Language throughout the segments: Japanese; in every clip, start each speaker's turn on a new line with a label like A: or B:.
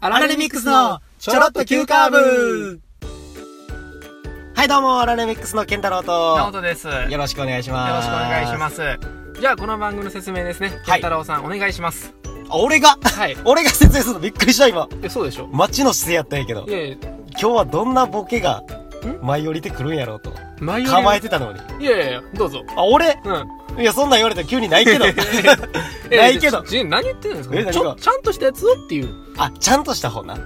A: アラレミックスのちょろっと急カーブはいどうも、アラレミックスの健太郎
B: なお
A: と、
B: とです。よろし
A: よ
B: く
A: ろしくお願いし
B: お
A: ます。
B: 願いします。じゃあ、この番組の説明ですね。
A: はい
B: 健太郎さん、お願いします。
A: す。あ、俺が、
B: はい。
A: 俺が説明するのびっくりした今。
B: え、そうでしょ
A: 街の姿勢やったんやけど
B: い、やいや、
A: 今日はどんなボケが舞い降りてくるんやろうと、
B: 前より
A: 構えてたのに。
B: いやいやいや、どうぞ。
A: あ、俺
B: うん。
A: いや、そんなん言われたら急にな いけど。
B: え
A: ないけど
B: ちち何言ってるんです
A: え
B: か
A: 何
B: ち
A: が
B: ょ、ちゃんとしたやつをっていう。
A: あ、ちゃんとした方な。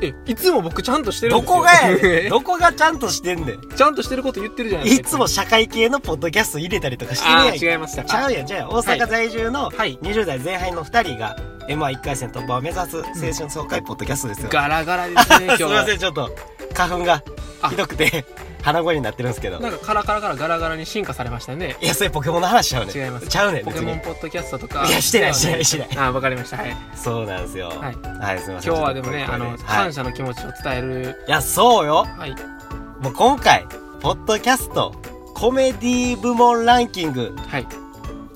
B: え、いつも僕ちゃんとしてるん
A: ど
B: ですよ。
A: こがやねん
B: え
A: どこがちゃんとしてんねん。
B: ちゃんとしてること言ってるじゃないです
A: い
B: か。
A: つも社会系のポッドキャスト入れたりとかしてる
B: あ
A: やん
B: ー
A: け。
B: 違いました
A: ちゃ
B: か。
A: うやん、ちゃうやん。大阪在住の
B: はい
A: 20代前半の2人が M11 回戦突破を目指す青春爽快ポッドキャストですよ。
B: ガラガラです ね、今日
A: すいませ
B: は。
A: ん、ちょっと花粉が
B: あ
A: ひどくて 鼻声になってるんですけど
B: な。んかカラカラからガラガラに進化されましたね。
A: いや、それポケモンの話ちゃうねん。
B: 違います
A: ちゃうねん、
B: ポ
A: 別
B: ケモン
A: に。
B: ポッドキャストとか。
A: いやしてない
B: だよね
A: してないして
B: あー、わかりました。はい。
A: そうなんですよ。はいい、すいません。
B: 今日はでもね、
A: ちょ
B: あ
A: っと
B: の、
A: はい
B: 感謝の気持ちを伝える。
A: いや、そうよ。
B: はい。
A: もう今回、ポッドキャスト、コメディ部門ランキング、
B: はい。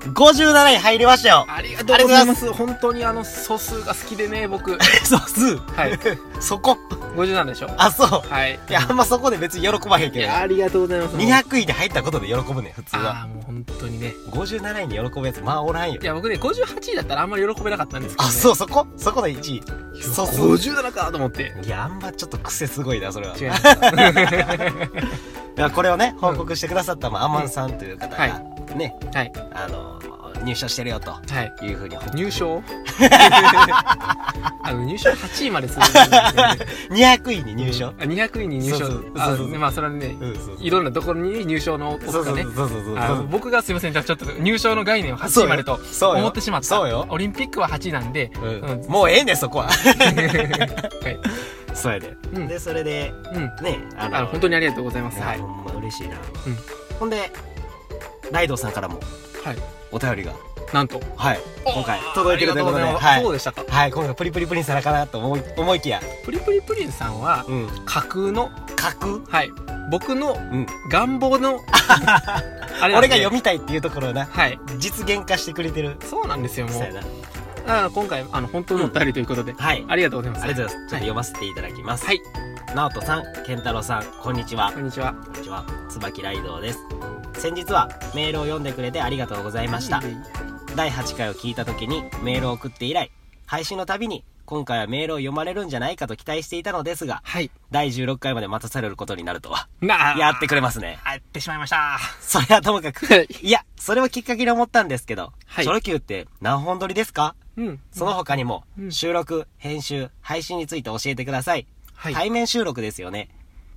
A: 57位入りましたよ。
B: ありがとうございます。本当にあの、素数が好きでね、僕。は
A: そう、す。
B: い。
A: そこ。
B: 57でしょ。
A: あ、そう。
B: はい。
A: いや、あんまそこで別に喜ばへん
B: い
A: けど。
B: や、ありがとうございます。
A: 200位で入ったことで喜ぶねん普通は
B: ああ、もう本当にね。
A: 57位に喜ぶやつまあおらんよ
B: いや、僕ね、58位だったらあんまり喜べなかったんですけど、
A: あ
B: ね。。
A: そううそこそこの1位そうそう
B: 57かと思って。
A: いやあんまちょっと癖すごいなそれは
B: 違いま した。
A: いやこれをね報告してくださった、まあ、アマンさんという方が、ね
B: はい。
A: あの入賞してるよと
B: はい。
A: いうふうに報告
B: 入 賞あの、入賞8位までするん ですよね。
A: 200位に入賞、
B: あ200位に入賞
A: そうそう
B: あ
A: そうそうそう
B: まあそれはね
A: うんそうそう
B: いろんなところに入賞のこと
A: そう
B: が
A: そう
B: ね
A: そうそうそう
B: あの僕がすいませんじゃあちょっと入賞の概念を
A: そう
B: 8位
A: よ
B: までと
A: そうよ
B: 思ってしまった
A: そうよ
B: オリンピックは8なん で、
A: うん
B: うん
A: もうええねんそこは
B: はい
A: そうやで、
B: うん
A: でそれで
B: うん
A: ねあの
B: あの本当にありがとうございます
A: いや
B: はい
A: ほんま嬉しいな、
B: ん
A: ほんでライドさんからも
B: はい
A: お便りが
B: なんと
A: はい今回届いてるということで
B: ありがござ
A: は
B: ます
A: い
B: そうでしたか
A: はい、今回プリプリプリンさんかなと思い思いきや、
B: プリプリプリンさんは
A: うん、
B: 架空の
A: 架空、
B: はい僕の
A: うん、
B: 願望 のあなんで
A: 俺が読みたいっていうところをな、
B: はい
A: 実現化してくれてる。
B: そうなんですよも
A: そうや
B: う
A: な
B: あの今回あの本当のお便りということで、
A: はい、
B: ありがとうございます
A: ありがとうございます。ちょっと
B: は
A: 読ませていただきます。
B: はい。
A: 直人さん、健太郎さん、こんにちは。
B: こんにちは
A: こんにちは。椿ライドウです。先日はメールを読んでくれてありがとうございました。第8回を聞いた時にメールを送って以来、配信のたびに今回はメールを読まれるんじゃないかと期待していたのですが、
B: はい
A: 第16回まで待たされることになるとは。
B: なあ
A: やってくれますね。
B: やってしまいました
A: それはともかく、
B: はい
A: いや、それをきっかけに思ったんですけど、
B: はい
A: チョロ Q って何本撮りですか
B: うん
A: その他にも
B: う、ん
A: 収録、編集、配信について教えてください。
B: はい
A: 対面収録ですよね。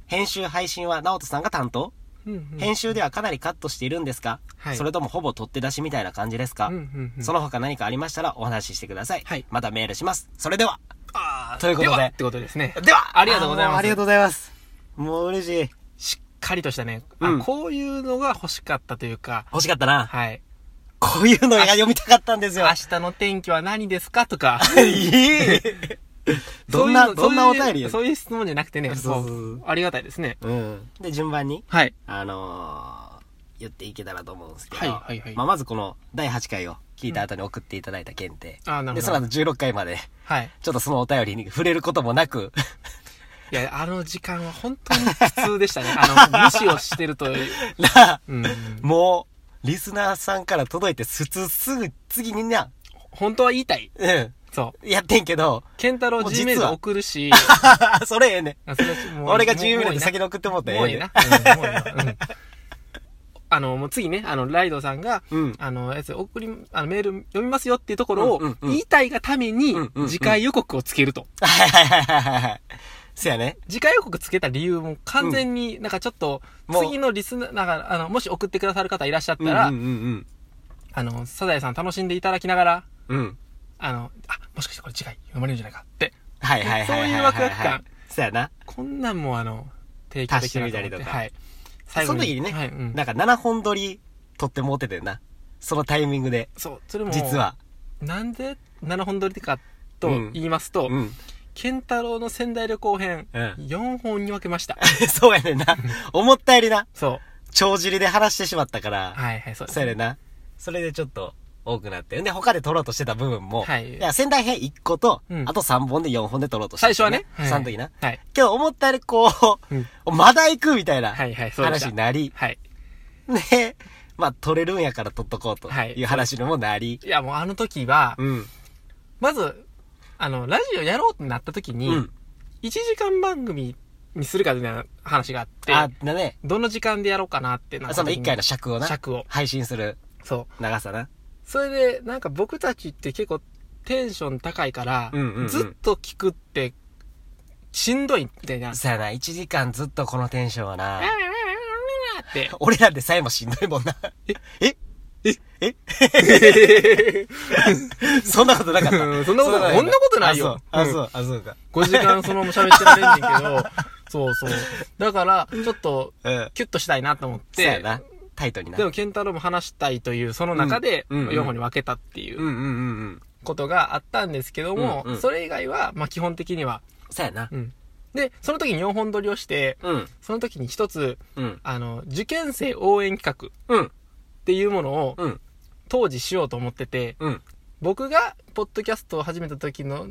A: 編集、配信は直人さんが担
B: うん
A: 当、
B: うん
A: 編集ではかなりカットしているんですか、
B: はい
A: それともほぼ取って出しみたいな感じですか、
B: うんうんうん
A: その他何かありましたらお話ししてください。
B: はい
A: またメールします。それでは。
B: あー
A: ということで
B: はってことですね
A: では
B: ありがとうございます
A: あもありがとうございます。もう嬉しい。
B: しっかりとしたね、あ
A: うん
B: こういうのが欲しかったというか
A: 欲しかったな。
B: はい
A: こういうのが読みたかったんです
B: 明
A: よ。
B: 日の天気は何ですかとか
A: いい どんな、
B: そう
A: ど
B: いうんの
A: なお便りや
B: そういうそういう質問じゃなくてね
A: そうそう
B: こ
A: そう
B: ありがたいですね
A: うん。で、順番に、
B: はい
A: あのー、言っていけたらと思うんですけど、
B: はいはいはい
A: まあ、まずこの第8回を聞いた後に送っていただいた検定。
B: あーなるほど
A: で、その後16回まで、
B: はい
A: ちょっとそのお便りに触れることも なく、
B: いやあの時間は本当に苦痛でしたねあの無視をしてるという、
A: な、
B: うん、
A: もう、リスナーさんから届いて、普通すぐ次にな、
B: 本当は言いたい
A: うん、
B: そう
A: やってんけ ど、
B: 健太郎
A: もう
B: G
A: 実は
B: メールで送るし
A: それええねん。
B: あそれはもう
A: 俺が
B: もう
A: G メールで先
B: も
A: に送ってもっ
B: う
A: たら
B: もう
A: え
B: い
A: え
B: い
A: ねん
B: な。うんもういいなうんあのもう次ねあのライドさんが
A: うん。
B: あの、やつ、送り、あの、メール読みますよっていうところ
A: うんうん
B: を、
A: うん
B: 言いたいがために
A: うんうんう、ん
B: 次回予告をつけると。
A: はいはいはいはいはい。せやね。
B: 次回予告つけた理由も完全になんかちょっと、
A: もう
B: 次のリスナー、なんか、あの、もし送ってくださる方いらっしゃったら、
A: うんうん
B: あの、サザエさん楽しんでいただきながら、
A: うんうん。うん。
B: あの、あ、もしかしてこれ次回読まれるんじゃないかって。
A: はいはいはいはは
B: そ
A: は。
B: ういうワクワク感。
A: そうやな。
B: こんなんもあの、提供できるなと思って
A: 足してみたりとか
B: はい。
A: その時にね、
B: はい、うん。
A: なんか7本撮り撮ってもうててんな。そのタイミングで、
B: そう、それも、
A: 実。は。
B: なんで7本撮りかと
A: うん
B: 言いますと、
A: うん。
B: ケンタロウの仙台旅行編、
A: うん
B: 4本に分けました。
A: そうやねんな。思ったよりな、
B: そう。
A: 帳尻で話してしまったから、
B: はいはい、そうです
A: そうやねんな。それでちょっと、多くなって。んで、他で撮ろうとしてた部分も、
B: はい
A: や仙台編1個と、
B: うん
A: あと3本で4本で撮ろうとしてた、
B: 最初はね。はい
A: 3の時な。
B: はい。
A: けど、思ったよりこ
B: うん
A: う、まだ行くみたいな
B: はいはい、そうでし
A: 話
B: た
A: になり、
B: はい。
A: で、まあ、撮れるんやから撮っとこうと
B: はい
A: いう話にもなり、
B: いや、もうあの時は、
A: うん。
B: まず、あの、ラジオやろうってなった時に、
A: うん。
B: 1時間番組にするかみたいな話があって、
A: あ、だね。
B: どの時間でやろうかなってなった
A: その
B: 時に
A: 1回の尺をな、
B: 尺を。
A: 配信する
B: そう。
A: 長さな。
B: それで、なんか僕たちって結構テンション高いから、
A: うんうんうん
B: ずっと聞くって、しんどいみたいな。
A: さやな、1時間ずっとこのテンションは な、
B: って。
A: 俺らでさえもしんどいもんな。 えええそんなことなかった。
B: うんそんなことない
A: そあ、
B: あ
A: そ、
B: そう
A: あ、そうか。
B: 5時間そのまま喋ってられんねんけど、そうそう。だから、ちょっと、
A: うん。
B: キュッとしたいなと思っ
A: そうや
B: て、
A: な。タイトにな。
B: でも、ケンタロウも話したいという、その中で、
A: うんうんうん
B: 4本に分けたっていううん
A: うんうんうん。
B: ことがあったんですけども、
A: うんうん
B: それ以外は、まあ、基本的には、
A: そうやな
B: う。ん。で、その時に4本撮りをして、
A: うん。
B: その時に一つ、
A: うん。
B: あの、受験生応援企画っ
A: うん。
B: ていうものを、
A: うん。
B: 当時しようと思ってて、
A: うん。
B: 僕がポッドキャストを始めた時の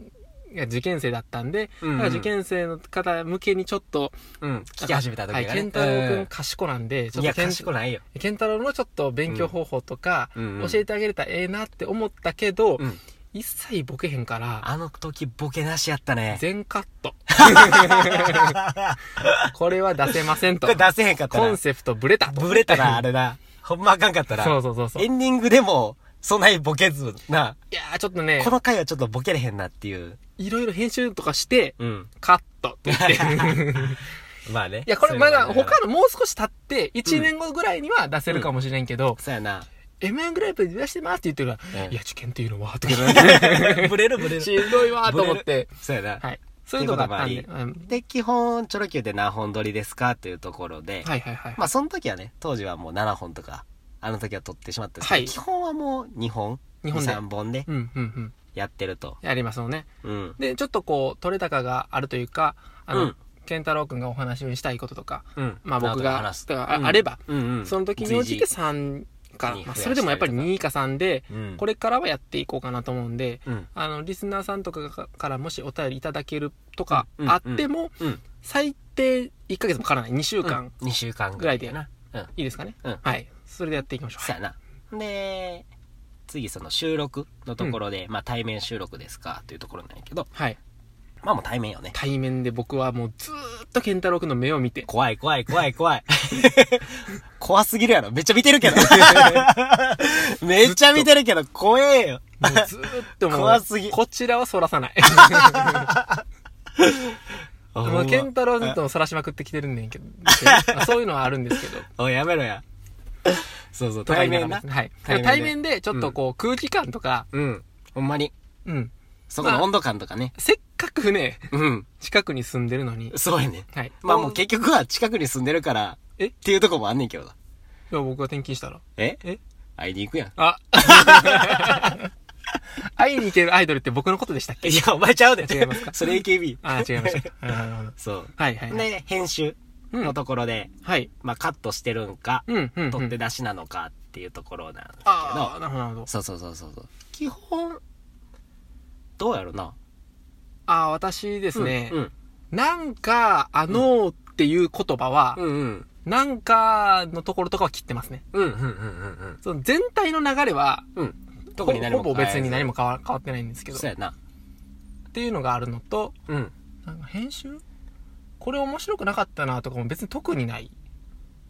B: が受験生だったんで、
A: うんうん
B: だから受験生の方向けにちょっと、
A: うん。聞き始めた時が
B: はい、
A: ね。
B: ケンタロウくん賢なんで、ち
A: うん。
B: ょ
A: い
B: っ
A: や、
B: とケン
A: 賢ないよ。
B: ケンタロウのちょっと勉強方法とか、
A: うんうん
B: 教えてあげれたらええなって思ったけど、
A: うん。
B: 一切ボケへんから、
A: あの時ボケなしやったね。
B: 全カッ ト。これは出せません
A: ことれ。出せへんかった
B: コ
A: な
B: ン。セプトブレたと。
A: ブレたな、あれな。ほんまあかんかった な。
B: そうそうそうそう。
A: エ
B: い
A: ンディングでも、そんなにボケず、な。
B: やーちょっとね
A: こ、の回はちょっとボケれへんなっていう。
B: いろいろ編集とかして、
A: うん。
B: カットって言って。
A: まあね。
B: いや、これまだ
A: そういうのがある
B: 他のもう少し経って、1年後ぐらいには出せるかもしれんけど、
A: そう やな。
B: M1 グレープで出してますって言ってるから、
A: うん
B: いや、受験っていうのは、とか言われて
A: ブレるブレる。
B: しんどいわ、と思っ
A: ブレ
B: て
A: る。。そうやな。
B: はい。そういうのがあったんで。
A: ってこ
B: うん
A: で、基本、チョロ Q で何本撮りですかっていうところで、
B: はいはいはい。
A: まあ、その時はね、当時はもう7本とか、あの時は撮ってしまったんですけど
B: はい
A: 基本はもう2本、
B: 2本で
A: 3本で
B: うんうんうん。
A: やってると。
B: やりますよね。
A: うん。
B: で、ちょっとこう、取れ高があるというか、あ
A: う
B: の
A: ん、
B: 健太郎くんがお話をしたいこととか、
A: うん
B: まあ僕が
A: 話す
B: だからああれば
A: うんうん
B: その時に応じて
A: 随時
B: 3か
A: に、増
B: まあ
A: やしたりとか
B: それでもやっぱり2か3で、
A: うん
B: これからはやっていこうかなと思うんで、
A: うん
B: あの、リスナーさんとかがからもしお便りいただけるとか
A: うん
B: あっても、
A: うん
B: 最低1ヶ月もかからない、2週間
A: 2週間
B: ぐ
A: ぐ
B: ら
A: ら
B: い
A: い
B: で、
A: で
B: な
A: うん
B: いいですかね、
A: うん
B: はい。それでやっていきましょう。
A: そうやなで次その収録のところで、まあ対面収録ですかっていうところなんやけど
B: はい。
A: まあもう対面よね
B: 対面で僕はもうずーっと健太郎くんの目を 見て、
A: 怖い怖い怖い 怖い怖すぎるやろめっちゃ見てるけどめっちゃ見てるけど怖えよ
B: もうずーっともう、
A: 怖すぎ
B: こちらは反ら さない。もう健太郎ずっとも反らしまくってきてるんねんけど、まあそういうのはあるんですけど。
A: おいやめろやそうそう
B: とか
A: 対
B: 言い
A: 面
B: が
A: な
B: らはい。
A: 対面で
B: 対面で、ちょっとこう、空気感とか、
A: うんほんまに
B: うん。
A: そこの温度感とかね、
B: せっかくね、
A: うん
B: 近くに住んでるのに、
A: そうやね
B: はい。
A: まあもう結局は近くに住んでるから、
B: え
A: っていうとこもあんねんけどな。
B: いや、僕が転勤したら。
A: え
B: え
A: 会いに行くやん。
B: あ会いに行けるアイドルって僕のことでしたっけ
A: いや、お前ちゃうで。
B: 違いますか
A: それ AKB。
B: あー違いました。 なるほど
A: そう。
B: はいはいはい。
A: で、編集
B: うん
A: のところで、
B: はい。
A: まあカットしてるんか、
B: うん、うん。
A: 取って
B: だ
A: 出しなのかっていうところなんですけ
B: ああ、
A: ど、
B: なるほどなるほど。
A: そうそうそうそうそう。基本、どうやろな。
B: ああ、私ですね、
A: うん。
B: なんか、あのーっていう言葉は、
A: うんうん。
B: なんかのところとかは切ってますね。
A: うんうんうんうん
B: その全体の流れは、
A: うん。うん。特に何
B: ほ
A: も
B: ぼ
A: 変えず
B: 別に何も変わ変わってないんですけど、
A: そう
B: っ
A: やな。
B: ていうのがあるのと、
A: うん。
B: なんか編集これ面白くなかったなとかも別に特にない。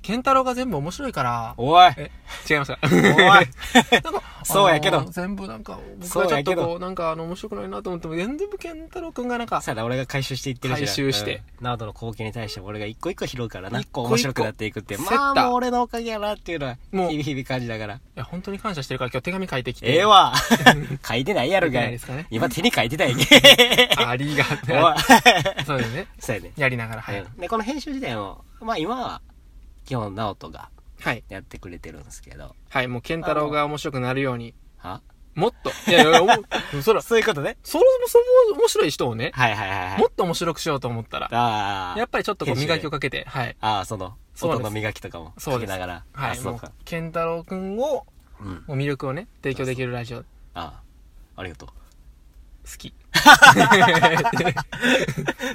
B: ケンタロウが全部面白いから、
A: おい。
B: え、違いました。
A: おい。
B: なんか
A: そうやけど
B: あの全部なんか、僕
A: そ
B: は
A: う
B: ちょ
A: や
B: っと
A: けど
B: こう、なんかあの、面白くないなと思っても、全部健太郎くんがなんか、
A: そうやな、俺が回収していってるしな。
B: 回収して
A: うん。などの貢献に対して俺が一個一個拾うからな。
B: 一
A: 一
B: 個一
A: 個
B: 個
A: 面白くなっていくっていう。
B: セッタ
A: ま
B: ー
A: あ、もう俺のおかげやなっていうのは、
B: もう
A: 日々日々感じながら。
B: いや、本当に感謝してるから今日手紙書いてきて。
A: ええ。わ書いてないやろ
B: 書いて
A: が
B: ないですかね
A: 今手に書いてたや んけ。
B: ありがと
A: お
B: う。
A: い
B: そうだよね。
A: そうやね。
B: やりながら、はい。
A: うんで、この編集時代も、まあ今は、基本、直人が
B: はい。
A: やってくれてるんですけど。
B: はい、もう健太郎が面白くなるように、
A: は
B: もっと。いやいや、おも そら、
A: そういうことね。
B: そもそも面白い人をね、
A: はいはいはいはい
B: も。っと面白くしようと思ったら、
A: ああ。
B: やっぱりちょっとこう磨きをかけて、はい。
A: ああ、その、
B: そうです
A: 音の磨きとかも。
B: そうです
A: かけながら。
B: は
A: あ
B: い、
A: そ
B: も
A: う
B: う
A: か。、
B: 健太郎くんを
A: うん
B: もう魅力をね提供できるラジオ好
A: ああありがと う
B: き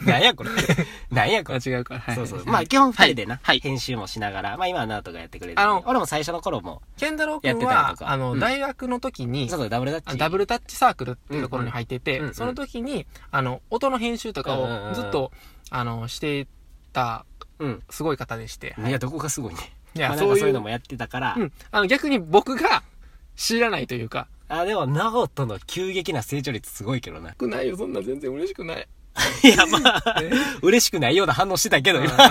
A: なんやこれ。 なんやこ
B: あ
A: れ。
B: 違うから、はい、
A: そうそう。まあ基本二人でな、
B: はい
A: 編集もしながら、まあ今はナオトがやってくれてる
B: あの
A: 俺も最初の頃も、
B: 健太郎
A: やっ
B: 君
A: てたり
B: は
A: とか
B: あの、
A: うん
B: 大学の時に
A: そうそう、ダブルダッ
B: あ
A: チ。
B: のダブ
A: ル。
B: ルタッチサークルっていうところに入ってて、
A: うんうん
B: その時にあの音の編集とか
A: うんうんう
B: を
A: ん
B: ずっと、あのしてた
A: うん。
B: すごい方でして、
A: いや、どこがすごいね。
B: い
A: ま
B: や
A: あなん
B: そ
A: か
B: う
A: そ
B: い
A: ういううのもやってたから
B: う、ん、あの逆に僕が知らないというか。
A: あ、でも、ナオトの急激な成長率すごいけどな
B: く ないよそんな全然嬉しく ない
A: いや、まあ、 嬉しくないような反応してたけど、今。
B: ま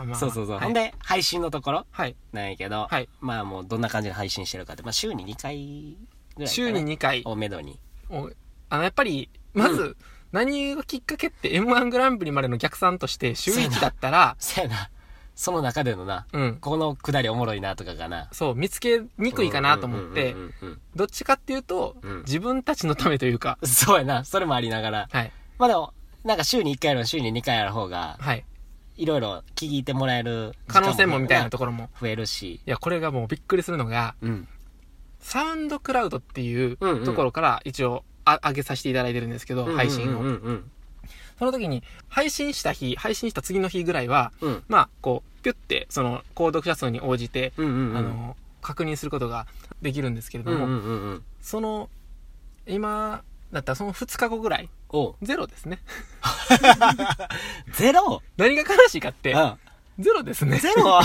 B: あまあ
A: そうそうそう。
B: はい、
A: ほんで、配信のところ
B: はい
A: なんやけど
B: はい、
A: まあもうどんな感じで配信してるかって、まあ週に2回ぐらいかな。
B: 週に2回
A: をめどに。
B: おあのやっぱりまず、何がきっかけって m 1グランプリまでの逆算として週1だったら
A: せやな。その中でのな、
B: うん
A: このくだりおもろいなとかがな。
B: そう見つけにくいかなと思って
A: うんうんうんうん
B: どっちかっていうと、
A: うん
B: 自分たちのためというか
A: うんそうやな。それもありながら。
B: はい
A: まあでも、なんか週に1回やる週に2回やる方が、
B: はい
A: いろいろ聞いてもらえる時
B: 可
A: 間ね
B: 能性もみたいなところも
A: 増えるし。
B: いやこれがもうびっくりするのが
A: うん。
B: サウンドクラウドっていう
A: うんうん
B: ところから一応あ上げさせていただいてるんですけど、配信を、
A: うんうん
B: その時に配信した日配信した次の日ぐらいは
A: うん。うん。
B: まあこうピュッてその購読者数に応じて、
A: うんうんうん。
B: あ、の確認することができるんですけれど
A: うん
B: も、
A: うんうんうん。
B: その今だったらその2日後ぐらい
A: おう
B: ゼロですね
A: ゼロ
B: 何が悲しいかっ
A: う
B: て
A: ん。
B: ゼロですね
A: ゼロ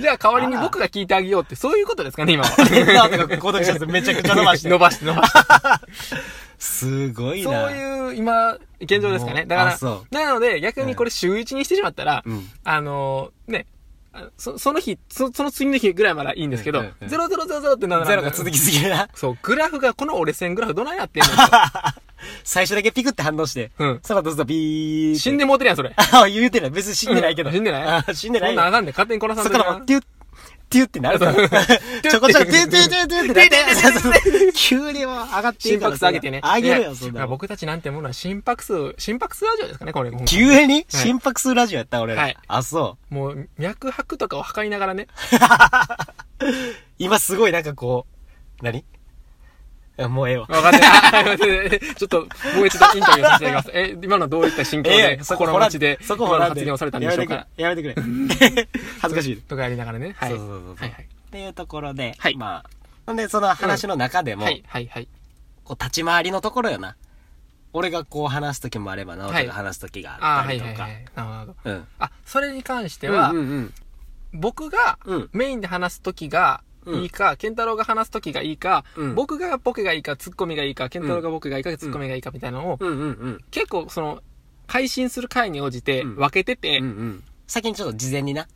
B: じゃあ代わりに僕が聞いてあげようってそういうことですかね今は
A: なとか、購読者数めちゃくち ゃ伸ばして
B: 伸。ばして伸ばして
A: すごい
B: そう
A: な。う。
B: いう今現状ですかねだか
A: あそ
B: らなので逆にこれ週1にしてしまったら、
A: うん。
B: あのねあそその日そその次の日ぐらいまでいいんですけど、
A: うんうんうん
B: ゼロゼロゼロゼロってなる
A: ゼロが続きすぎるな。
B: そうグラフがこの折れ線グラフどないなってんの
A: 最初だけピクって反応して、
B: うん
A: その後ずっとビーって。
B: 死んでもうてるやんそれ
A: あ、言うてない。別に死んでないけど。
B: うん死んでない
A: あ死んでな
B: そんなんあ
A: い。
B: かんで、勝手に殺さん
A: そ
B: と
A: っ
B: いて
A: か
B: な
A: らもう、テュッ、テュッってなるから。ちょこちょこ、テュッテュッテュッテュッってなって。急にもう上がっていい
B: 心
A: から
B: 拍数上げてね。
A: 上げるよ、
B: ね
A: そん
B: まあ
A: なの。
B: 僕たちなんてものは心拍数、心拍数ラジオですかね、これ。も
A: 急に心拍数ラジオやった俺ら
B: はい。
A: あ、そう。
B: う、脈拍とかを測りながらね。
A: 今すごいなんかこう、何あもうええわ。
B: 分かっ てない。ちょっと、もう一度インタビューさせていただきます。え、今のどういった心境
A: ええ
B: で、
A: やん、そこ
B: 心
A: 掘ら
B: 持
A: ん
B: ちで
A: で、、
B: そ
A: そこ
B: こ
A: 掘らん
B: 発言をされたんで
A: や
B: しょ
A: め
B: う
A: てくれ
B: か。。
A: やめて くれ。恥ずかしい。
B: とかやりながらね。はい。
A: そうそうそうそう
B: はいはい。
A: っていうところで、
B: はい
A: まあ、ほんで、その話の中でも、
B: はいはいはい。
A: こう立ち回りのところよな。俺がこう話す時もあれば、直
B: は
A: 人
B: い
A: が話す時が
B: ああ、
A: あっ
B: は
A: たり
B: い
A: と
B: はいは
A: か。
B: い。なるほど。
A: うん。
B: あ、それに関して
A: で
B: は
A: うん、うん
B: 僕が
A: うん
B: メインで話すときがいいか、健太郎が話すときがいいか
A: うん、
B: 僕がボケがいいか、ツッコミがいいか、健太郎が僕がいいか、ツッコミがいいかみたいなのを、
A: うんうんうん。
B: 結構その配信する回に応じて
A: うん
B: 分けてて、
A: うんうん。先にちょっと事前にな、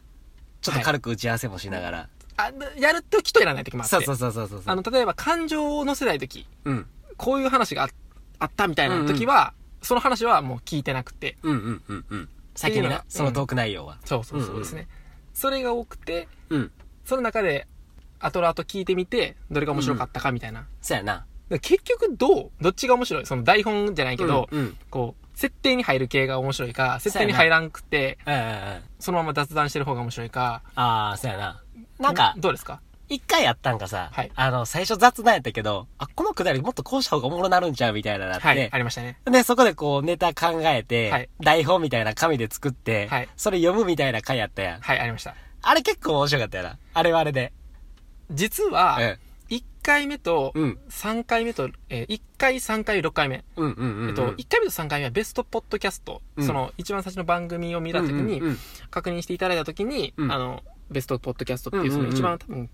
A: ちょっと軽く打ち合わせもしながら。
B: あやるときとやらないときもあって
A: そうそうそうそうそう。
B: あの例えば感情を載せないとき
A: うん。
B: こういう話がああったみたいなときは、その話はもう聞いてなくて
A: うんうんうんうん。先に
B: っていうの
A: な
B: が、
A: そのトーク内容は。
B: そうそうそうですね、それが多くて
A: うん。
B: その中で後々聞いてみてどれが面白かったかみたいな、
A: そうやな。
B: で結局どうどっちが面白いその台本じゃないけど、
A: うんうん。
B: こう設定に入る系が面白いか設定に
A: そう
B: 入
A: や
B: らんくて
A: うんうんうん。
B: そのまま雑談してる方が面白いか
A: ああ、そうやな。なんか、
B: どうですか
A: 一回やったんかさ、
B: はい
A: あの、最初雑談やったけど、あ、このくだりもっとこうした方がおもろなるんちゃうみたいなのなって、
B: はいありましたね
A: で、そこでこうネタ考えて、
B: はい
A: 台本みたいな紙で作って、
B: はい
A: それ読むみたいな回やったやん。
B: はい、ありました。
A: あれ結構面白かったよな。あれはあれで。
B: 実は、
A: え
B: 1回目と
A: うん
B: 3回目と、えー1回、3回、6回目。
A: うんうんうんうん。
B: えっと、1回目と3回目はベストポッドキャスト、
A: うん
B: その一番最初の番組を見たときに、
A: うんうんうん
B: 確認していただいたときに、
A: うん
B: あの、ベストポッドキャストって
A: うん
B: いう、
A: うん
B: そ
A: うん
B: の一番多分、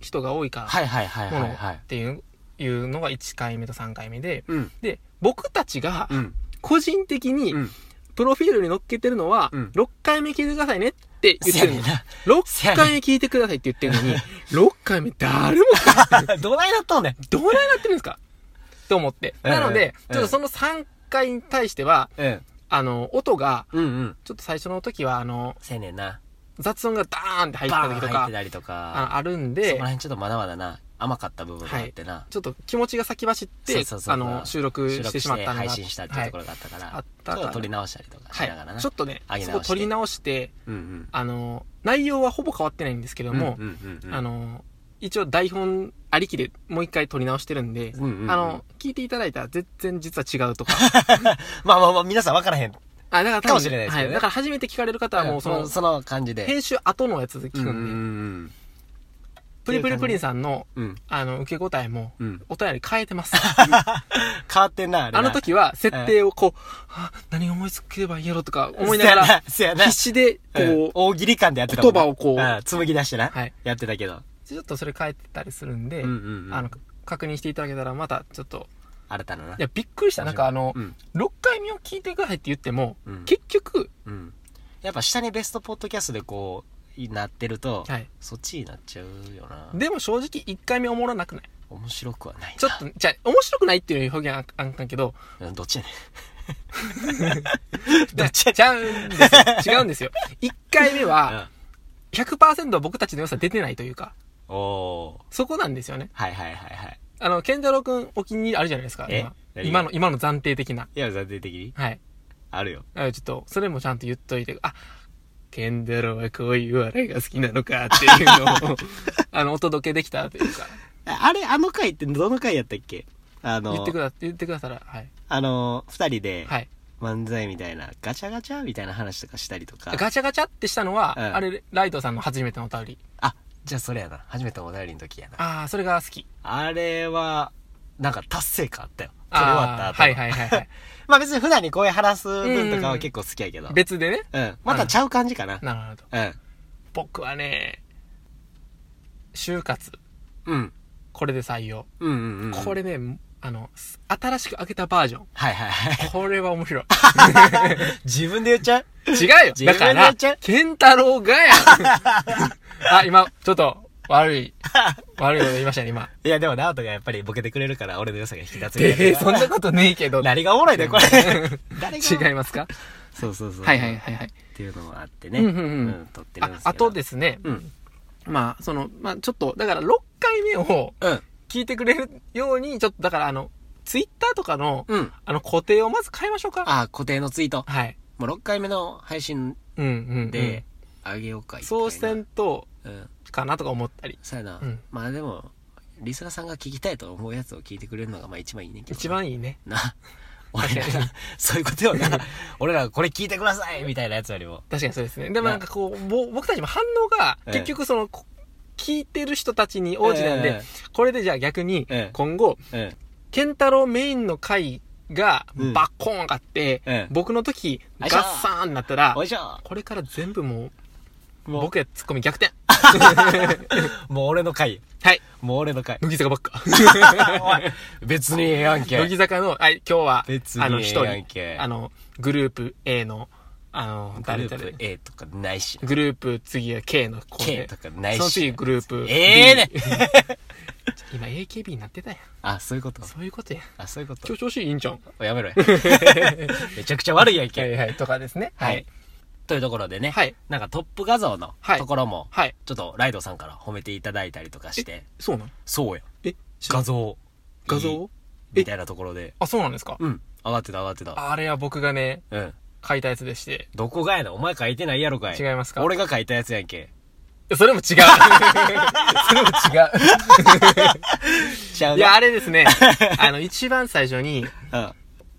B: 人が多いか
A: はいはいはい
B: ら、もの
A: はいは
B: っ
A: い。
B: ていう、いうのが1回目と3回目で、
A: うん。
B: で、僕たちが
A: うん。
B: 個人的に
A: うん、
B: プロフィールに載っけてるのは、
A: うん
B: 6回目聞いてくださいねって言ってるの
A: せやね。せ
B: 6
A: やね
B: 回目聞いてくださいって言ってるのに、6回目誰も聞いてない
A: どないなっとんねん。
B: どうなってるんですか と思って。
A: ええ
B: なので、
A: ええ
B: ちょっとその3回に対しては、
A: うん。
B: あの、音が、
A: うんうん。
B: ちょっと最初の時は、あの、
A: せやねんな。
B: 雑音がダーンって入って
A: バ
B: た
A: ーン
B: 時と
A: 入っ
B: か
A: て、たりと
B: あ
A: か。
B: のあるん
A: そこ
B: で
A: ら、辺ちょっとまだまだな、甘かった部分があってな。
B: ちょっと気持ちが先走って、
A: そうそうそう
B: あの、収録
A: 収録
B: してしまったのが。
A: 配信したっていうとこ
B: はい
A: ろがあったから、
B: はいあったから
A: ちょっと撮り直したりとかし
B: は
A: ながらな。
B: い。ちょっとね
A: 上げ直し、て
B: そこ取り直して、
A: うんうん。
B: あの、内容はほぼ変わってないんですけども、
A: うんうんうんうん、
B: あの、一応台本ありきでもう一回撮り直してるんで、
A: うんうんうん
B: あの、聞いていただいたら全然実は違うとか。
A: まあまあまあ、皆さん分からへん。
B: あ、だから多分
A: かもしれないですけど
B: は
A: ね
B: い。だから初めて聞かれる方はもうその、
A: その感じで。
B: 編集後のやつで聞くんで、
A: ん
B: プリプリプリンさんの、
A: うん。うん。
B: あの、受け答えも、
A: うん。
B: お便り変えて ます。
A: 変わってんな、あれな
B: あの時は設定をこう、あ何思いつけばいいやろとか思いなが ら、
A: せやな、
B: 必
A: せ
B: 死で、
A: やな。
B: こう、
A: 大喜利感でやってたもんな
B: 言葉をこう
A: ああ紡ぎ出してな。
B: はい
A: やってたけど。
B: ちょっとそれ変えてたりするんで、
A: うんうんうん。
B: あの、確認していただけたらまたちょっと、
A: 新たなな。
B: いや、びっくりした。なんかあの
A: う、ん。
B: 6回目を聞いてくださいって言っても、
A: うん
B: 結局、
A: うん。やっぱ下にベストポッドキャストでこう、なってると、
B: はい。
A: そっちになっちゃうよな。
B: でも正直1回目おもろなくない
A: 面白くはないな。
B: ちょっと、じゃあ面白くないっていう表現はああかんけど、
A: うんどっちやねん。
B: だちゃうんですよ。違うん ですよ。1回目は、100%僕たちの良さ出てないというか、
A: うん。おー。
B: そこなんですよね。
A: はいはいはいはい。
B: あの、ケンタロウくんお気に入りあるじゃないですか。
A: え
B: 今
A: 何
B: 今の、今の暫定的な。
A: いや、暫定的に。
B: はい。
A: あるよ。
B: あちょっと、それもちゃんと言っといて、あ、ケンタロウはこういう笑いが好きなのかっていう のを、あの、お届けできたというか、
A: あれ、あの回ってどの回やったっけあの、
B: 言ってくだ、言ってくださら、はい。
A: あの、二人で
B: はい。
A: 漫才みたいな、ガチャガチャみたいな話とかしたりとか。
B: ガチャガチャってしたのは、
A: うん
B: あれ、ライトさんの初めてのお便り。
A: あ、じゃあそれやな。初めてお便りの時やな。
B: ああ、それが好き。
A: あれは、なんか達成感あったよ。撮り終わった
B: あ
A: 後
B: あー、はいはいはい はい。
A: まあ別に普段にこういう話す分とかは結構好きやけど。うん。
B: 別でね。
A: またちゃう感じかな。
B: なるほど。
A: うん。
B: 僕はね、就活、
A: うん。
B: これで採用。
A: うんうんうん。
B: こ。れね、あの、す新しく開けたバージョン。
A: はいはいはい。
B: これは面白い。
A: 自分で言っちゃう
B: 違うよ
A: 自分で
B: だか
A: や
B: ら
A: っちゃう、
B: ケンタロウが やあ、今、ちょっと、悪い、悪いこと言いましたね、 今。
A: いやでもナオトがやっぱりボケてくれるから俺の良さが引き立つみたいな。
B: で、 そんなことねえけど。
A: 何がおもろいね、こ れ。誰が。
B: 違いますか
A: そうそうそう。
B: はいはいはいはい。
A: っていうのもあってね。
B: うんうんうん
A: 撮ってるん
B: あ
A: で、すけど。
B: あとですね、
A: うん。
B: まあ、その、まあ、ちょっと、だから6回目を
A: うん。
B: 聞いてくれるように、ちょっと、だからあの、ツイッターとかの、
A: うん。
B: あの、固定をまず変えましょうか。
A: あ、固定のツイート。
B: はい。
A: もう6回目の配信
B: うんうん。
A: で、あげようか、
B: うん、
A: 一回
B: そ
A: な
B: うせんと、
A: うん。
B: かなとか思ったり。
A: そうやな
B: うん。
A: まあでも、リスナーさんが聞きたいと思うやつを聞いてくれるのが、まあ一番いいねんけど。
B: 一。番いいね。
A: な。俺らが、そういうことよな。 俺らがこれ聞いてくださいみたいなやつよりも。
B: 確かにそうですね。でもなんかこう、ぼ僕たちも反応が、
A: ええ
B: 結局その、こ聞いてる人たちに応じなんで、
A: ええ
B: これでじゃあ逆に
A: ええ、
B: 今後、
A: うん。
B: ケンタロウメインの回が
A: うん
B: バッコーン上がって、
A: ええ
B: 僕の時、
A: よ
B: ガ
A: いしょ
B: ッサーンになったら
A: お、いしょ
B: これから全部もう、
A: も
B: 僕やツッコミ逆転
A: う、もう俺の回。
B: はい。
A: もう俺の回。
B: 乃木坂ばっか。
A: おい 別にええやんけ。
B: 乃木坂の、はい、今日は、
A: 別
B: あの、
A: にえ
B: 一
A: えや
B: 人、
A: んけ。
B: あの、グループ A の、あの、
A: グ
B: 誰
A: ルー
B: 々
A: プ A とかないしな。
B: グループ次は K の子
A: K
B: で
A: と、かないし。
B: その次グループ B
A: ええね
B: 今 AKB になってたやん。
A: あ、そういうこと
B: そういうことやん。
A: あ、そういうこと
B: 今日調子いいんじゃん。
A: や めろや。めちゃくちゃ悪いやんけ。
B: はいはい。とかですね。
A: はい。。というところでね、
B: はい
A: なんかトップ画像の
B: はい
A: ところも、
B: はい。
A: ちょっとライドさんから褒めていただいたりとかして、
B: そうなの
A: そうや。
B: え
A: 画像。
B: 画
A: いい
B: 像
A: みたいなところで。
B: あ、そうなんですか
A: うん。上がってた上がってた。
B: あれは僕がね、
A: うん。
B: 書いたやつでして。
A: どこがやなお前書いてないやろかい。
B: 違いますか
A: 俺が書いたやつやんけ。
B: いやそれも違 う。それも違
A: ちゃ
B: う。
A: う
B: い
A: な
B: や、あれですね。あの、一番最初に、
A: うん。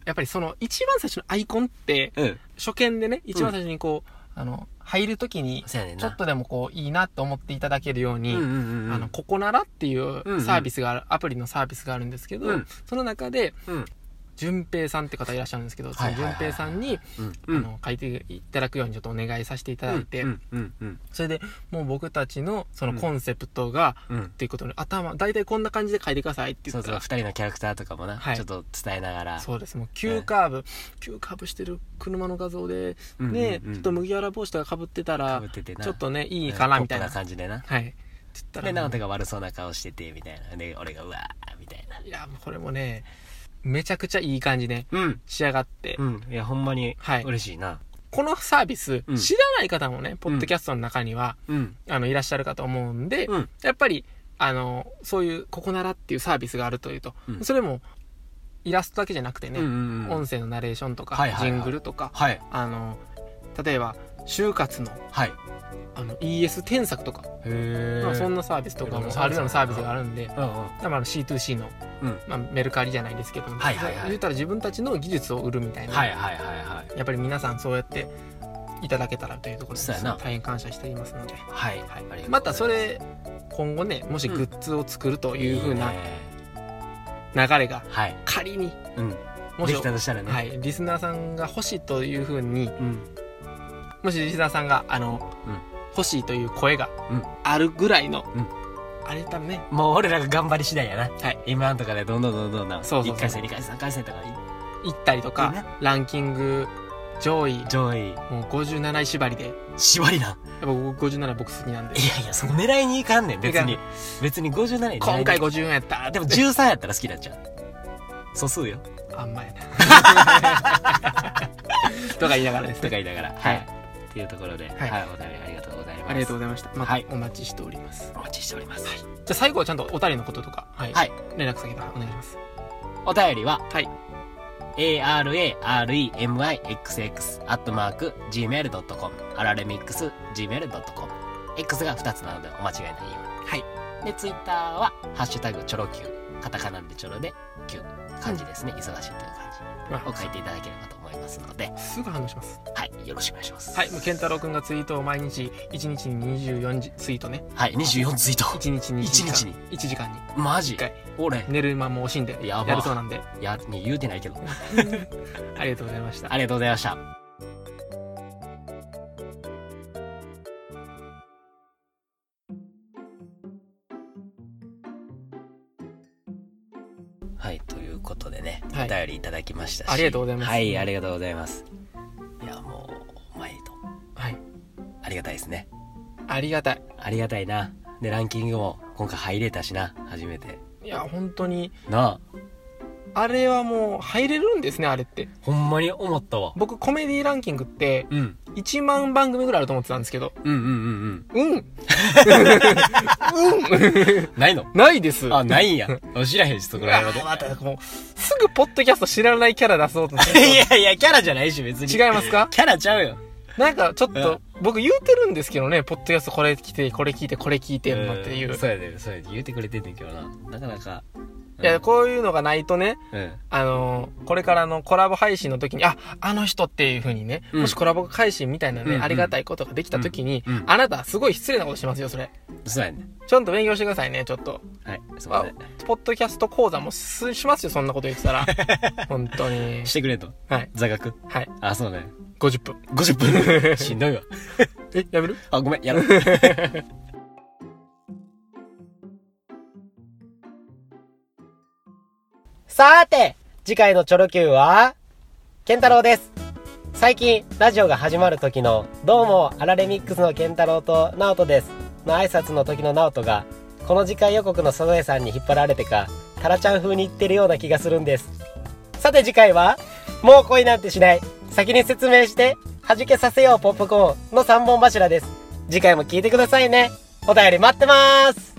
B: やっぱりその、一番最初のアイコンって、
A: うん。
B: 初見でね、一番最初にこう、あの、入るときに、
A: そうやねん
B: ちょ
A: な。
B: っとでもこう、いいなと思っていただけるように、
A: うんうんうんうん。
B: あの、ココナラっていう
A: うんうん
B: サービスがある、アプリのサービスがあるんですけど、
A: うん
B: その中で、
A: うん。
B: 淳平さんって方いらっしゃるんですけど、そ
A: はい
B: の
A: はいはい
B: 淳平さんに、
A: うん。
B: あの、書いていただくようにちょっとお願いさせていただいて、
A: うんうんうん
B: それで、もう僕たちのそのコンセプトが、
A: うんうん
B: っていうことに頭、大体こんな感じで書いてくださいって言
A: そう
B: った
A: そう
B: ら、
A: 二人のキャラクターとかもな、
B: はい
A: ちょっと伝えながら
B: そうです、もう急カーブ、急カーブしてる車の画像で、
A: うんうんうん
B: ね、ちょっと麦わら帽子とか被ってた、
A: からぶっててな
B: ちょっとね、
A: い
B: いいかな、みたいな。
A: な感じでな
B: はい。って言ったら、
A: で直
B: も
A: 人が悪そうな顔しててみたいなで俺がうわーみたいう
B: いや、もうこれもね、めちゃくちゃいい感じね、
A: なうん
B: 仕上がって、
A: うんいやほんまに
B: はい
A: 嬉しいな
B: このサービス、
A: うん
B: 知らない方もね、ポッドキャストの中には、
A: うん
B: あの、いらっしゃるかと思うんで、
A: うん
B: やっぱり、あの、そういう、ここならっていうサービスがあるというと、
A: うん
B: それも、イラストだけじゃなくてね、
A: うんうんうん
B: 音声のナレーションとか、
A: はいはいはい
B: ジングルとか、
A: はい
B: あの、例えば、就活の
A: はいへ
B: あの ES 添削とか、
A: え
B: まあ、そんなサービスとか
A: いろん
B: も
A: なサー
B: ある
A: ビス
B: ようなサービスがあるんで、
A: うんうん
B: まあ、あの C2C の、
A: うん
B: まあ、メルカリじゃないですけども、
A: はいはいはい
B: 言ったら自分たちの技術を売るみたいな、
A: はいはいはいはい
B: やっぱり皆さんそうやっていただけたらというところ
A: そうや
B: で
A: な
B: 大変感謝していますので、
A: はいありがとうござい
B: はい、
A: す
B: またそれ今後ねもし
A: うん
B: グッズを作るというふうな
A: ね
B: 流れが
A: はい
B: 仮に
A: うん
B: も
A: で
B: し
A: きたとしたらね
B: はい、リスナーさんが欲しいというふうに
A: うん
B: もしリスナーさんがあの、
A: うん
B: 欲しいという声が
A: うん
B: あるぐらいの、
A: うん
B: あれだね
A: もう俺らが頑張り次第やな
B: はい
A: 今んとかでどんどんどんどんどん
B: そうそうそう
A: 1回戦2回戦3回戦とか
B: 行ったりとか、
A: いいね
B: ランキング上位
A: 上位
B: もう57位縛りでやっ
A: 縛りな
B: ぱ僕57僕好きなんで
A: いやいやその狙いにいかんねん別
B: い
A: に別に57位狙いに
B: 今回54やった
A: あ
B: で
A: で
B: も
A: も13やったら好きになっちゃう素数よ
B: あんまやな とか言いながらです
A: とか
B: ね
A: 言いながら
B: はい
A: っていうところでは
B: はい
A: いお便りありがとうございます
B: ありがとうございましたまた
A: はい
B: お待ちしております、
A: お待ちしております
B: じゃあ最後はちゃんとおたりのこととか、はい
A: はい
B: 連絡先とかお願いします
A: お便りは
B: はい
A: aramixx.gmail.com アラレミックス gmail.com X が2つなのでお間違いないよ
B: はい、
A: うにでツイッターは「ハッシュタグチョロ Q」カタカナでチョロで Q 漢字ですね、忙しいという
B: ま
A: 漢字を書いていただければと思いますので
B: あ、すぐ反応します
A: はいよろしくお願いします
B: はいもう健太郎くんがツイートを毎日1日に24じツイートね
A: はい24ツイート
B: 1日に1時間
A: 一日に
B: 1時間に
A: マジ
B: 一回
A: 俺
B: 寝る間も惜しんで
A: や
B: や
A: ば
B: るそうなんで
A: やに言うてないけど
B: ありがとうございました
A: ありがとうございましたはいということでね、
B: はい
A: お便りいただきましたし
B: ありがとうございます
A: はいありがとうございますいやもう毎度
B: はい
A: ありがたいですね
B: ありがたい
A: ありがたいなでランキングも今回入れたしな初めて
B: いや本当に
A: なあ
B: あれはもう入れるんですねあれって
A: ほんまに思ったわ
B: 僕コメディランキングって
A: うん
B: 1万番組ぐらいあると思ってたんですけど
A: うんうんうん
B: うんうん
A: うんないの
B: ないです
A: あない んや知らへんしそこら辺はね
B: あまたもうすぐポッドキャスト知らないキャラ出そうと思っ
A: い
B: て
A: やいや、キャラじゃないし、別に。
B: 違いますか
A: キャラちゃうよ。
B: なんかちょっ
A: うん
B: と僕言うてるんですけどねポッドキャストこれ聞いてこれ聞いてこれ聞いてんのっていう
A: うんそうやで、そうやで。言うてくれてんねんけどな。なかなか。うん
B: いやこういうのがないとね
A: うん。
B: あのーこれからのコラボ配信の時に、あ、あの人っていう風にね、
A: うん
B: もしコラボ配信みたいなね、
A: うんうん
B: ありがたいことができた時に、
A: うんうん
B: あなたすごい失礼なことしますよ、それ。
A: そうやね。
B: ちゃんと勉強してくださいね、ちょっと。
A: はい、すいま
B: あ
A: せん。
B: ポッドキャスト講座もすしますよ、そんなこと言ってた ら。本当に
A: し。てくれんと。
B: はい。
A: 座学。
B: はい。
A: あ、そうね。
B: 50分。
A: 50 分。しんどいわ。
B: え、やめる
A: あ、ごめん、やろう。 さーて、次回のチョロ Q は、ケンタロウです。最近、ラジオが始まる時の、どうも、アラレミックスのケンタロウとナオトです。の挨拶の時のナオトが、この次回予告のソロエさんに引っ張られてか、タラちゃん風に言ってるような気がするんです。さて次回は、もう恋なんてしない。先に説明して、弾けさせようポップコーンの3本柱です。次回も聞いてくださいね。お便り待ってます